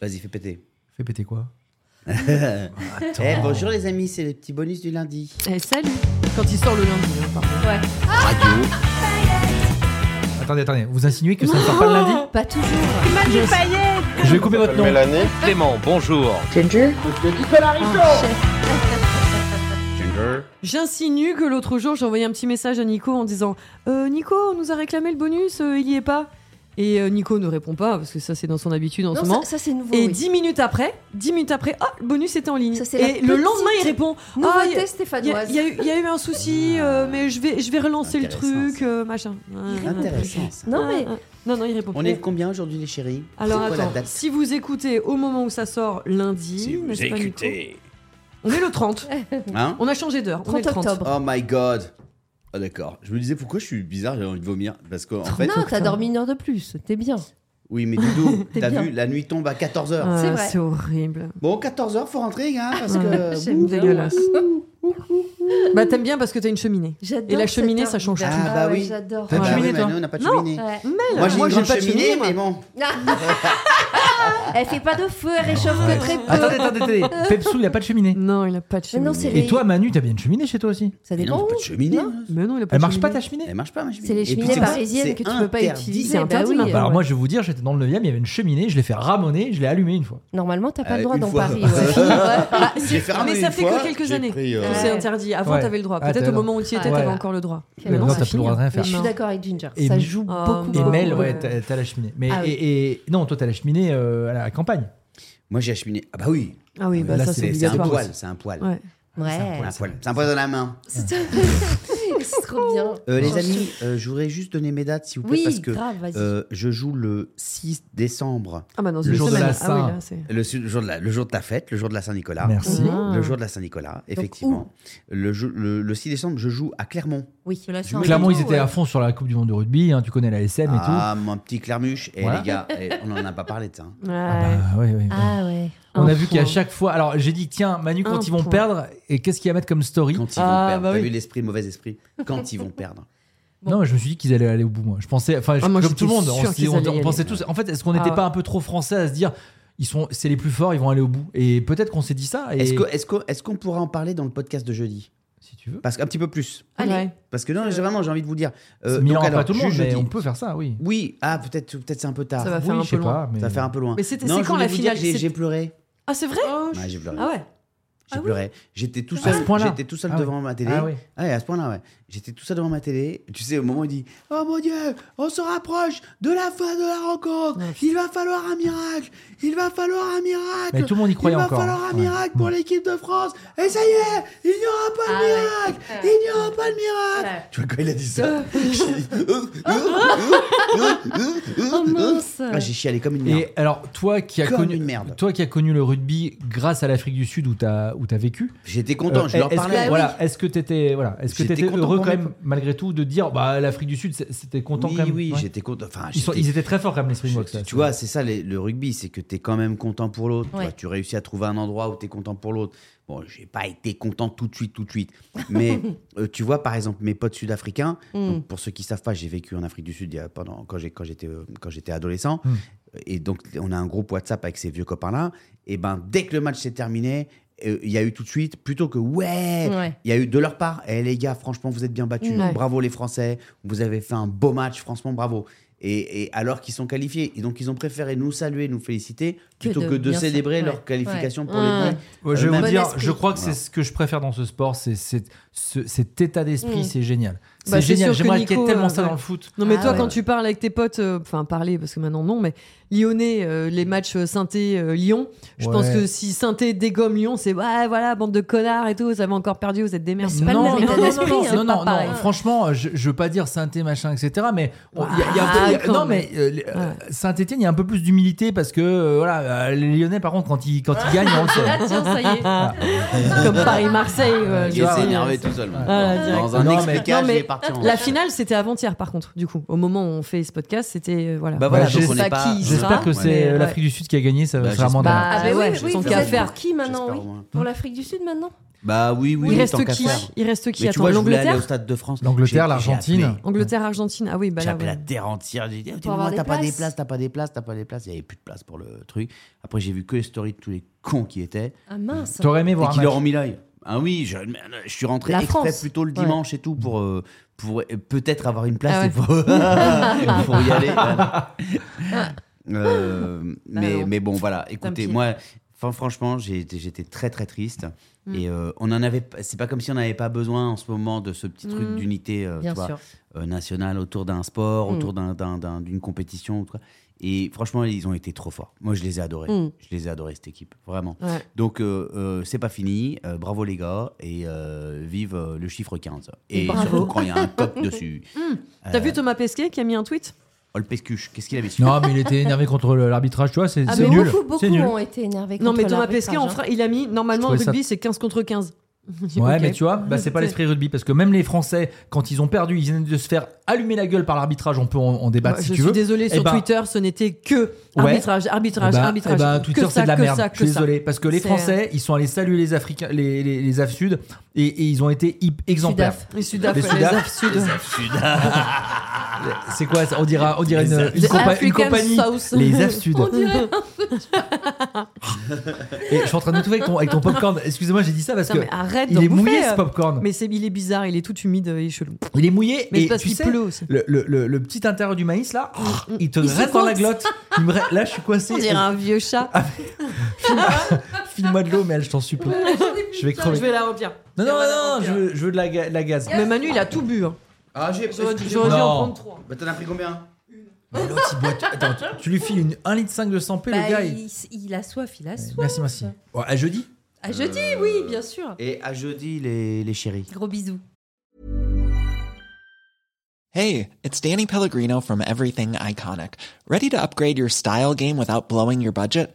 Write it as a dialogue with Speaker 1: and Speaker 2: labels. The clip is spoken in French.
Speaker 1: Vas-y, fais péter.
Speaker 2: Fais péter quoi
Speaker 1: Eh, bonjour les amis, c'est les petits bonus du lundi.
Speaker 3: Eh, salut Quand il sort le lundi, hein, pardon. Ouais.
Speaker 4: Radio.
Speaker 2: Attendez, attendez, vous insinuez que ça ne sort pas le lundi
Speaker 3: Pas toujours. Je-
Speaker 2: Je vais couper votre nom.
Speaker 5: Mélanie Clément, bonjour.
Speaker 3: J'insinue que l'autre jour, j'ai envoyé un petit message à Nico en disant Euh, Nico, on nous a réclamé le bonus, euh, il y est pas. Et euh, Nico ne répond pas, parce que ça, c'est dans son habitude en
Speaker 6: Non,
Speaker 3: ce
Speaker 6: ça,
Speaker 3: moment.
Speaker 6: ça, c'est nouveau.
Speaker 3: Et
Speaker 6: oui.
Speaker 3: dix minutes après, dix minutes après, ah, le bonus était en ligne.
Speaker 6: Ça, c'est la
Speaker 3: Et le lendemain, il
Speaker 6: petite
Speaker 3: répond Ah,
Speaker 6: Nouveauté
Speaker 3: il y, a-
Speaker 6: stéphanoise.
Speaker 3: il y a eu- il y a eu un souci, euh, mais je vais, je vais relancer le
Speaker 1: Intéressant,
Speaker 3: truc,
Speaker 1: ça.
Speaker 3: euh, machin. Ah,
Speaker 1: Intéressant ça.
Speaker 3: ah,
Speaker 6: Non, mais
Speaker 3: ah. Non, non, il répond
Speaker 1: On
Speaker 3: plus.
Speaker 1: est combien aujourd'hui les chéris
Speaker 3: Alors
Speaker 1: C'est quoi la
Speaker 3: attends,
Speaker 1: date
Speaker 3: si vous écoutez au moment où ça sort lundi, n'est-ce pas, Nico On est le 30.
Speaker 1: Hein
Speaker 3: On a changé d'heure. On est
Speaker 6: 30
Speaker 3: le 30.
Speaker 6: octobre.
Speaker 1: Oh my god. Ah d'accord. Je me disais pourquoi je suis bizarre, j'avais envie de vomir. Parce que en fait.
Speaker 6: Non, t'as dormi une heure de plus. T'es bien.
Speaker 1: Oui, mais Doudou,
Speaker 6: T'es
Speaker 1: t'as
Speaker 6: bien.
Speaker 1: vu, la nuit tombe à 14h.
Speaker 3: Ah,
Speaker 6: C'est vrai.
Speaker 3: C'est horrible.
Speaker 1: Bon, 14h, faut rentrer, les gars, parce
Speaker 3: Ouais.
Speaker 1: que.
Speaker 6: J'aime bien.
Speaker 3: Dégueulasse. bah t'aimes bien parce que t'as une cheminée.
Speaker 6: J'adore.
Speaker 3: Et la
Speaker 6: cette
Speaker 3: cheminée,
Speaker 6: heure
Speaker 3: ça change
Speaker 6: d'hiver.
Speaker 1: tout. Ah, bah
Speaker 6: ouais,
Speaker 1: oui.
Speaker 6: J'adore.
Speaker 2: T'as
Speaker 1: Bah
Speaker 2: cheminée,
Speaker 1: oui, mais
Speaker 2: toi
Speaker 1: nous, on n'a pas de
Speaker 3: Non.
Speaker 1: cheminée.
Speaker 6: Ouais.
Speaker 3: Mais
Speaker 1: Moi, j'ai une
Speaker 3: j'ai
Speaker 1: grande
Speaker 3: pas de
Speaker 1: cheminée,
Speaker 3: moi.
Speaker 1: mais bon.
Speaker 6: Elle fait pas de feu, elle réchauffe que très peu.
Speaker 2: Attendez, attendez, attendez. Pepsou, il a pas de cheminée.
Speaker 3: Non, il a pas de
Speaker 6: Mais
Speaker 3: cheminée.
Speaker 6: non, c'est
Speaker 2: Et
Speaker 6: les.
Speaker 2: toi, Manu, t'as bien une cheminée chez toi aussi
Speaker 6: ça
Speaker 1: Mais non,
Speaker 6: dépend
Speaker 1: j'ai pas
Speaker 6: où.
Speaker 1: de cheminée. Eh,
Speaker 6: Non.
Speaker 1: hein.
Speaker 3: Mais non, il a pas
Speaker 2: Elle
Speaker 3: de
Speaker 2: marche pas
Speaker 3: cheminée.
Speaker 2: ta cheminée Ah,
Speaker 1: Elle marche pas, ma cheminée.
Speaker 6: C'est les
Speaker 1: Et puis,
Speaker 6: cheminées
Speaker 1: c'est quoi
Speaker 6: parisiennes
Speaker 1: C'est
Speaker 6: que tu peux pas
Speaker 1: interdit.
Speaker 6: utiliser.
Speaker 3: C'est
Speaker 6: Eh bah
Speaker 3: interdit,
Speaker 6: oui.
Speaker 3: maintenant.
Speaker 2: bah, alors
Speaker 3: ouais.
Speaker 2: moi je vais vous dire, j'étais dans le 9 e il y avait une cheminée, je l'ai fait ramonner, je l'ai allumée une fois.
Speaker 6: Normalement, t'as pas
Speaker 1: Euh,
Speaker 6: le droit
Speaker 1: une
Speaker 6: dans
Speaker 1: fois.
Speaker 6: Paris. ouais.
Speaker 3: Ah,
Speaker 1: J'ai
Speaker 3: si,
Speaker 1: fait ramener
Speaker 3: mais ça
Speaker 1: une
Speaker 3: fait
Speaker 1: fois,
Speaker 3: que quelques
Speaker 1: j'ai
Speaker 3: années.
Speaker 1: pris, euh,
Speaker 3: que C'est interdit. Avant,
Speaker 2: Ouais.
Speaker 3: t'avais le droit.
Speaker 2: Ah,
Speaker 3: Peut-être
Speaker 2: t'as
Speaker 3: au
Speaker 2: le
Speaker 3: moment où tu étais,
Speaker 2: Ouais.
Speaker 3: t'avais encore le droit.
Speaker 6: Ok.
Speaker 3: Maintenant,
Speaker 2: Maintenant,
Speaker 3: c'est
Speaker 2: t'as plus le
Speaker 3: fini.
Speaker 2: droit de rien faire.
Speaker 6: Je suis
Speaker 3: Non.
Speaker 6: d'accord avec Ginger.
Speaker 2: Et
Speaker 6: Ça
Speaker 2: m-
Speaker 6: joue
Speaker 3: Ah,
Speaker 6: beaucoup.
Speaker 2: Et
Speaker 3: Oh,
Speaker 2: Mel,
Speaker 3: ouais.
Speaker 2: ouais, t'as t'as la cheminée. Mais,
Speaker 6: Ah oui.
Speaker 2: et, et- non, toi t'as la cheminée euh, à la campagne.
Speaker 1: Moi, j'ai la cheminée. Ah bah oui.
Speaker 3: Ah oui, bah
Speaker 2: Là,
Speaker 3: ça,
Speaker 2: c'est-
Speaker 3: c'est
Speaker 1: C'est un
Speaker 3: obligatoire.
Speaker 1: poil, c'est un poil.
Speaker 3: Ouais.
Speaker 6: Ouais.
Speaker 1: C'est un poil. C'est un poil dans la main.
Speaker 6: C'est trop bien.
Speaker 1: Euh,
Speaker 3: Oh,
Speaker 1: les amis, euh, je voudrais juste donner mes dates, s'il vous plaît,
Speaker 6: Oui,
Speaker 1: parce que
Speaker 6: grave, vas-y.
Speaker 1: euh, je joue le 6 décembre,
Speaker 3: Ah bah dans
Speaker 2: Le
Speaker 3: une
Speaker 2: jour de
Speaker 3: semaine.
Speaker 2: la
Speaker 3: Ah oui,
Speaker 2: Saint.
Speaker 3: là, c'est.
Speaker 1: le, su- le jour de la, le jour de ta fête, le jour de la Saint-Nicolas.
Speaker 2: Merci.
Speaker 3: Ah.
Speaker 1: Le jour de la Saint-Nicolas, effectivement. Le, jeu- le- le 6 décembre, je joue à Clermont.
Speaker 6: Oui.
Speaker 2: Clairement, ils étaient à fond sur la Coupe du Monde de rugby, hein, tu connais la SM et tout.
Speaker 1: Ah, mon petit Clermuche. Et
Speaker 2: Voilà.
Speaker 1: les gars, eh, on n'en a pas parlé de ça. hein.
Speaker 3: Ouais.
Speaker 2: Ah, ouais, ouais, ouais.
Speaker 6: Ah ouais.
Speaker 2: On
Speaker 3: Un
Speaker 2: a vu
Speaker 3: point.
Speaker 2: qu'à chaque fois. Alors j'ai dit, tiens, Manu, quand
Speaker 3: Un
Speaker 2: ils vont
Speaker 3: point.
Speaker 2: perdre, et qu'est-ce qu'il y a à mettre comme story
Speaker 1: Quand ils
Speaker 2: Ah,
Speaker 1: vont perdre.
Speaker 2: bah
Speaker 1: T'as
Speaker 2: oui.
Speaker 1: vu l'esprit, mauvais esprit Quand ils vont perdre.
Speaker 2: Non, mais je me suis dit qu'ils allaient aller au bout, moi. Je pensais, enfin, je-
Speaker 3: Ah, moi,
Speaker 2: comme
Speaker 3: j'étais
Speaker 2: tout le monde, on,
Speaker 3: sûre
Speaker 2: s'y-
Speaker 3: qu'ils
Speaker 2: on-
Speaker 3: allaient y
Speaker 2: on
Speaker 3: aller.
Speaker 2: pensait tous. En fait, est-ce qu'on
Speaker 3: Ah
Speaker 2: n'était
Speaker 3: ouais.
Speaker 2: pas un peu trop français à se dire, ils sont, c'est les plus forts, ils vont aller au bout Et peut-être qu'on s'est dit ça. Et
Speaker 1: Est-ce que- est-ce que- est-ce qu'on pourra en parler dans le podcast de jeudi
Speaker 2: si tu veux,
Speaker 1: Parce qu'un petit peu plus.
Speaker 6: Allez.
Speaker 3: Ouais.
Speaker 1: Parce que non, j'ai- vraiment, j'ai envie de vous dire. euh,
Speaker 2: C'est Milan
Speaker 1: donc, alors,
Speaker 2: pas tout le monde,
Speaker 1: juste
Speaker 2: mais
Speaker 1: jeudi.
Speaker 2: on peut faire ça, oui.
Speaker 1: Oui, ah, peut-être peut c'est un peu tard.
Speaker 3: Ça va
Speaker 2: oui,
Speaker 3: faire un
Speaker 2: je sais
Speaker 3: peu loin.
Speaker 2: pas, mais
Speaker 1: Ça fait un peu loin.
Speaker 3: Mais c'était-
Speaker 1: Non,
Speaker 3: c'est
Speaker 1: je
Speaker 3: quand
Speaker 1: voulais
Speaker 3: la
Speaker 1: vous dire
Speaker 3: finale
Speaker 1: que j'ai-
Speaker 3: C'est-
Speaker 1: J'ai pleuré.
Speaker 3: Ah c'est vrai
Speaker 1: Ouais, j'ai pleuré.
Speaker 3: Ah ouais.
Speaker 1: J'ai
Speaker 3: Ah oui
Speaker 1: pleuré. J'étais tout
Speaker 2: À ce
Speaker 1: seul.
Speaker 2: point-là
Speaker 1: J'étais tout seul
Speaker 2: Ah
Speaker 1: devant
Speaker 2: oui.
Speaker 1: ma télé.
Speaker 2: Ah oui.
Speaker 1: Ah ouais, à ce point-là, ouais. J'étais tout seul devant ma télé. Tu sais, au moment où il dit Oh mon Dieu, on se rapproche de la fin de la rencontre. Il va falloir un miracle. Il va falloir un miracle.
Speaker 2: Mais tout le monde y croyait
Speaker 1: Il va
Speaker 2: encore,
Speaker 1: falloir
Speaker 2: hein.
Speaker 1: un
Speaker 2: Ouais.
Speaker 1: miracle pour l'équipe de France. Et ça y est, il n'y aura pas de miracle. Il n'y aura pas de
Speaker 6: Ah,
Speaker 1: miracle. Tu vois, quand il a dit ça, j'ai
Speaker 6: Oh mince.
Speaker 1: Ah, j'ai chialé comme une merde.
Speaker 2: Et alors, toi qui as
Speaker 1: Comme
Speaker 2: connu,
Speaker 1: une merde.
Speaker 2: toi qui as connu le rugby grâce à l'Afrique du Sud où t'as où t'as vécu.
Speaker 1: J'étais content,
Speaker 2: euh,
Speaker 1: je leur
Speaker 2: est-ce que-
Speaker 1: parlais.
Speaker 3: Bah
Speaker 2: Voilà, est-ce que t'étais, voilà, est-ce que
Speaker 1: J'étais
Speaker 2: t'étais
Speaker 1: content
Speaker 2: heureux
Speaker 1: pour
Speaker 2: quand
Speaker 1: mes
Speaker 2: même malgré tout de dire, bah l'Afrique du Sud, c'est- c'était content
Speaker 1: oui,
Speaker 2: quand même.
Speaker 1: oui,
Speaker 2: Ouais.
Speaker 1: j'étais content. Enfin,
Speaker 2: Ils, sont-
Speaker 1: j'étais-
Speaker 2: ils étaient très forts quand même les
Speaker 1: Je-
Speaker 2: Springboks. là,
Speaker 1: tu vois, c'est ça les- le rugby, c'est que tu es quand même content pour l'autre. tu
Speaker 6: Ouais.
Speaker 1: vois. Tu réussis à trouver un endroit où tu es content pour l'autre. Bon, j'ai pas été content tout de suite, tout de suite. Mais euh, tu vois, par exemple, mes potes sud-africains,
Speaker 6: Hmm.
Speaker 1: donc, pour ceux qui savent pas, j'ai vécu en Afrique du Sud il y a- pendant, quand j'ai- quand j'étais euh, quand j'étais adolescent.
Speaker 2: Mm.
Speaker 1: Et donc, on a un groupe WhatsApp avec ces vieux copains-là. Et ben, dès que le match s'est terminé, euh, il y a eu tout de suite, plutôt que ouais,
Speaker 6: Ouais.
Speaker 1: il y a eu de leur part, eh les gars, franchement, vous êtes bien battus.
Speaker 3: Ouais.
Speaker 1: Bravo les Français, vous avez fait un beau match, franchement, bravo. Et, et alors qu'ils sont qualifiés, et donc ils ont préféré nous saluer, nous féliciter, plutôt que
Speaker 6: de-
Speaker 1: de,
Speaker 6: bien sûr,
Speaker 1: célébrer
Speaker 6: ouais.
Speaker 1: leur qualification pour
Speaker 3: Ouais.
Speaker 1: les pays.
Speaker 2: Ouais, je vais
Speaker 1: Euh,
Speaker 2: vous
Speaker 6: bon
Speaker 2: dire,
Speaker 6: esprit.
Speaker 2: je crois que
Speaker 1: Voilà.
Speaker 2: c'est ce que je préfère dans ce sport, c'est c'est- ce- cet état d'esprit,
Speaker 6: Mm.
Speaker 2: c'est génial.
Speaker 3: Bah,
Speaker 2: C'est
Speaker 3: c'est sûr
Speaker 2: génial.
Speaker 3: que
Speaker 2: J'aimerais qu'il y
Speaker 3: Nico,
Speaker 2: ait tellement
Speaker 3: euh,
Speaker 2: ça
Speaker 3: ouais.
Speaker 2: dans le foot.
Speaker 3: Non mais
Speaker 6: Ah
Speaker 3: toi
Speaker 6: ouais.
Speaker 3: quand tu parles avec tes potes, euh, enfin parler parce que maintenant non, mais lyonnais, euh, les matchs Synthé-Lyon, je
Speaker 2: Ouais.
Speaker 3: pense que si Synthé dégomme Lyon, c'est ouais voilà bande de connards et tout, ça va encore perdu, vous êtes des merdes.
Speaker 6: c'est pas le
Speaker 2: non,
Speaker 6: même
Speaker 2: non,
Speaker 6: état
Speaker 2: non,
Speaker 6: d'esprit,
Speaker 2: non,
Speaker 6: hein,
Speaker 2: non,
Speaker 6: c'est
Speaker 2: non,
Speaker 6: pas pareil.
Speaker 2: non, franchement, euh, je, je veux pas dire synthé, machin, etc. Mais on- il y a- il y a un
Speaker 3: Ah,
Speaker 2: peu- il y a-
Speaker 3: quand
Speaker 2: non,
Speaker 3: même.
Speaker 2: mais euh, les- euh, Saint-Étienne, il y a un peu plus d'humilité parce que euh, voilà, euh, les Lyonnais, par contre, quand ils quand ils gagnent, on le sait.
Speaker 6: Ah, tiens, ça y est.
Speaker 3: Comme Paris-Marseille. ouais,
Speaker 1: Il
Speaker 3: je
Speaker 1: s'est
Speaker 3: sais.
Speaker 1: énervé tout seul.
Speaker 3: Voilà,
Speaker 1: maintenant.
Speaker 3: direct.
Speaker 1: Dans un
Speaker 2: Non, mais-
Speaker 1: expliquage,
Speaker 3: Non,
Speaker 1: il
Speaker 3: mais
Speaker 1: est parti en
Speaker 3: La finale c'était avant-hier par contre, du coup, au moment où on fait ce podcast, c'était euh, voilà.
Speaker 1: Bah voilà,
Speaker 2: Bah,
Speaker 1: donc
Speaker 2: je
Speaker 1: on
Speaker 3: sais
Speaker 1: n'est pas.
Speaker 3: qui il
Speaker 2: J'espère
Speaker 3: sera,
Speaker 2: que
Speaker 3: mais,
Speaker 2: c'est euh,
Speaker 3: ouais.
Speaker 2: l'Afrique du Sud qui a gagné, ça
Speaker 1: Bah,
Speaker 2: sera
Speaker 1: j'espère.
Speaker 2: moins drôle.
Speaker 3: Bah,
Speaker 6: Ah, bah
Speaker 3: ouais,
Speaker 6: oui,
Speaker 3: je
Speaker 6: oui,
Speaker 3: sens
Speaker 6: vous
Speaker 3: qu'à
Speaker 6: êtes
Speaker 3: faire.
Speaker 6: pour qui maintenant
Speaker 1: J'espère,
Speaker 6: oui
Speaker 1: ouais.
Speaker 6: Pour l'afrique du Sud maintenant
Speaker 1: Bah oui, oui,
Speaker 3: il
Speaker 1: oui, tant
Speaker 3: reste
Speaker 1: qu'à
Speaker 3: qui
Speaker 1: faire.
Speaker 3: Il reste qui
Speaker 1: Mais tu
Speaker 3: Attends,
Speaker 1: vois, je voulais aller
Speaker 3: l'Angleterre
Speaker 1: au stade de France. J'ai- j'ai
Speaker 2: L'Angleterre,
Speaker 1: appelé.
Speaker 2: l'Argentine.
Speaker 3: Angleterre, Argentine. Ah oui, bah
Speaker 1: J'ai
Speaker 3: là,
Speaker 1: appelé
Speaker 3: ouais.
Speaker 1: la terre entière. J'ai dit, Ah,
Speaker 6: avoir
Speaker 1: dis-moi,
Speaker 6: des
Speaker 1: t'as pas des
Speaker 6: places.
Speaker 1: places, t'as pas des places, t'as pas des places. Il n'y avait plus de place pour le truc. Après, j'ai vu que les stories de tous les cons qui étaient
Speaker 6: Ah mince
Speaker 2: T'aurais aimé
Speaker 1: et
Speaker 2: voir
Speaker 1: qui
Speaker 2: un
Speaker 1: leur ont
Speaker 2: match.
Speaker 1: mis l'œil. Ah oui, je, je suis rentré
Speaker 6: La
Speaker 1: exprès
Speaker 6: France.
Speaker 1: plus tôt le
Speaker 6: Ouais.
Speaker 1: dimanche et tout pour, euh, pour euh, peut-être avoir une place
Speaker 3: Ah ouais.
Speaker 1: et pour, pour y aller. Euh, mais,
Speaker 3: non.
Speaker 1: mais bon, voilà. Écoutez,
Speaker 3: pis.
Speaker 1: moi, enfin, franchement, j'ai été- j'étais très très triste.
Speaker 6: Mm.
Speaker 1: Et euh, on en avait. pas- C'est pas comme si on n'avait pas besoin en ce moment de ce petit truc
Speaker 3: Mm.
Speaker 1: d'unité euh,
Speaker 6: Bien
Speaker 1: tu vois,
Speaker 6: sûr.
Speaker 1: euh, nationale autour d'un sport,
Speaker 3: Mm.
Speaker 1: autour d'un- d'un- d'un- d'une compétition. ou quoi. Et franchement, ils ont été trop forts. Moi, je les ai adorés.
Speaker 3: Mm.
Speaker 1: Je les ai adorés, cette équipe. Vraiment.
Speaker 3: Ouais.
Speaker 1: Donc, euh, euh, c'est pas fini. Euh, bravo, les gars. Et euh, vive euh, le chiffre 15. Et
Speaker 3: Bravo.
Speaker 1: surtout quand il y a un coq dessus.
Speaker 3: T'as vu Thomas Pesquet qui a mis un tweet
Speaker 1: Oh, le pescuche, qu'est-ce qu'il avait su
Speaker 2: Non, mais il était énervé contre le- l'arbitrage, tu vois, c'est
Speaker 6: Ah
Speaker 2: c'est
Speaker 6: mais
Speaker 2: nul.
Speaker 6: beaucoup,
Speaker 2: C'est
Speaker 6: beaucoup
Speaker 2: nul.
Speaker 6: ont été énervés
Speaker 3: Non, mais
Speaker 6: contre
Speaker 3: Thomas
Speaker 6: l'arbitrage,
Speaker 3: Pesquet, en
Speaker 6: hein.
Speaker 3: fra- il a mis normalement en
Speaker 2: Je trouvais ça-
Speaker 3: rugby, c'est 15 contre 15. J'ai dit,
Speaker 2: Ouais,
Speaker 3: ok.
Speaker 2: mais tu vois, bah, c'est pas l'esprit rugby parce que même les Français, quand ils ont perdu, ils viennent de se faire allumer la gueule par l'arbitrage. On peut en, en débattre
Speaker 3: Bah,
Speaker 2: si
Speaker 3: je
Speaker 2: tu
Speaker 3: suis
Speaker 2: veux.
Speaker 3: désolé,
Speaker 2: Eh
Speaker 3: sur
Speaker 2: ben-
Speaker 3: Twitter, ce n'était que
Speaker 2: Ouais.
Speaker 3: arbitrage, arbitrage,
Speaker 2: Eh ben-
Speaker 3: arbitrage.
Speaker 2: eh ben, Twitter,
Speaker 3: que
Speaker 2: c'est
Speaker 3: ça,
Speaker 2: de la
Speaker 3: que
Speaker 2: merde.
Speaker 3: ça,
Speaker 2: je suis
Speaker 3: que ça.
Speaker 2: désolé parce que les
Speaker 3: C'est- euh,
Speaker 2: Français, ils sont allés saluer les Africains, les les, les Af Sud et, et ils ont été hip- exemplaires.
Speaker 6: Sudaf.
Speaker 3: Les Sudaf,
Speaker 2: Les
Speaker 3: ouais,
Speaker 2: Sudaf.
Speaker 3: les Af Sud.
Speaker 2: C'est quoi ça On dira, on dirait
Speaker 1: Les
Speaker 2: une,
Speaker 1: Af-
Speaker 2: une
Speaker 3: The
Speaker 2: compa- une
Speaker 3: African
Speaker 2: compagnie.
Speaker 3: South.
Speaker 2: Les Af Sud.
Speaker 3: On dirait-
Speaker 2: Et je suis en train de me trouver avec ton, avec ton popcorn. Excusez-moi, j'ai dit ça parce
Speaker 3: Non,
Speaker 2: que
Speaker 3: mais arrête
Speaker 2: il
Speaker 3: d'en
Speaker 2: est mouillé
Speaker 3: bouffer. hein.
Speaker 2: ce popcorn.
Speaker 3: Mais c'est, il est bizarre, il est tout humide et chelou.
Speaker 2: Il est mouillé
Speaker 3: Mais
Speaker 2: et
Speaker 3: c'est parce
Speaker 2: tu
Speaker 3: qu'il
Speaker 2: sais,
Speaker 3: pleut aussi.
Speaker 2: Le, le- le- le petit intérieur du maïs là, il te
Speaker 3: Oh, Il se
Speaker 2: reste dans la
Speaker 3: coince.
Speaker 2: glotte. Il me re- Là, je suis coincé.
Speaker 3: On dirait un vieux chat.
Speaker 2: File-moi de l'eau, mais je t'en supplie.
Speaker 3: Ah,
Speaker 2: Je vais
Speaker 3: je
Speaker 2: crever.
Speaker 3: vais la remplir.
Speaker 2: Non, non, non, non, je veux, je veux de, la, ga- de la gaz.
Speaker 3: Mais Manu, il a tout bu. hein.
Speaker 1: Ah, j'ai.
Speaker 3: J'aurais dû
Speaker 2: Non.
Speaker 3: j'aurais dû en prendre trois.
Speaker 1: Bah, t'en as pris combien
Speaker 2: Mais l'autre, il boit- Attends, tu, tu lui files une 1,5 litre de 100p,
Speaker 6: Bah,
Speaker 2: le gars. il-
Speaker 6: il, il a soif, il a soif.
Speaker 2: Merci, merci. Ouais, à jeudi.
Speaker 6: Ah, je dis oui, bien sûr.
Speaker 1: Et à jeudi, les, les chéris.
Speaker 6: Gros bisous.
Speaker 5: Hey, it's Danny Pellegrino from Everything Iconic. Ready to upgrade your style game without blowing your budget?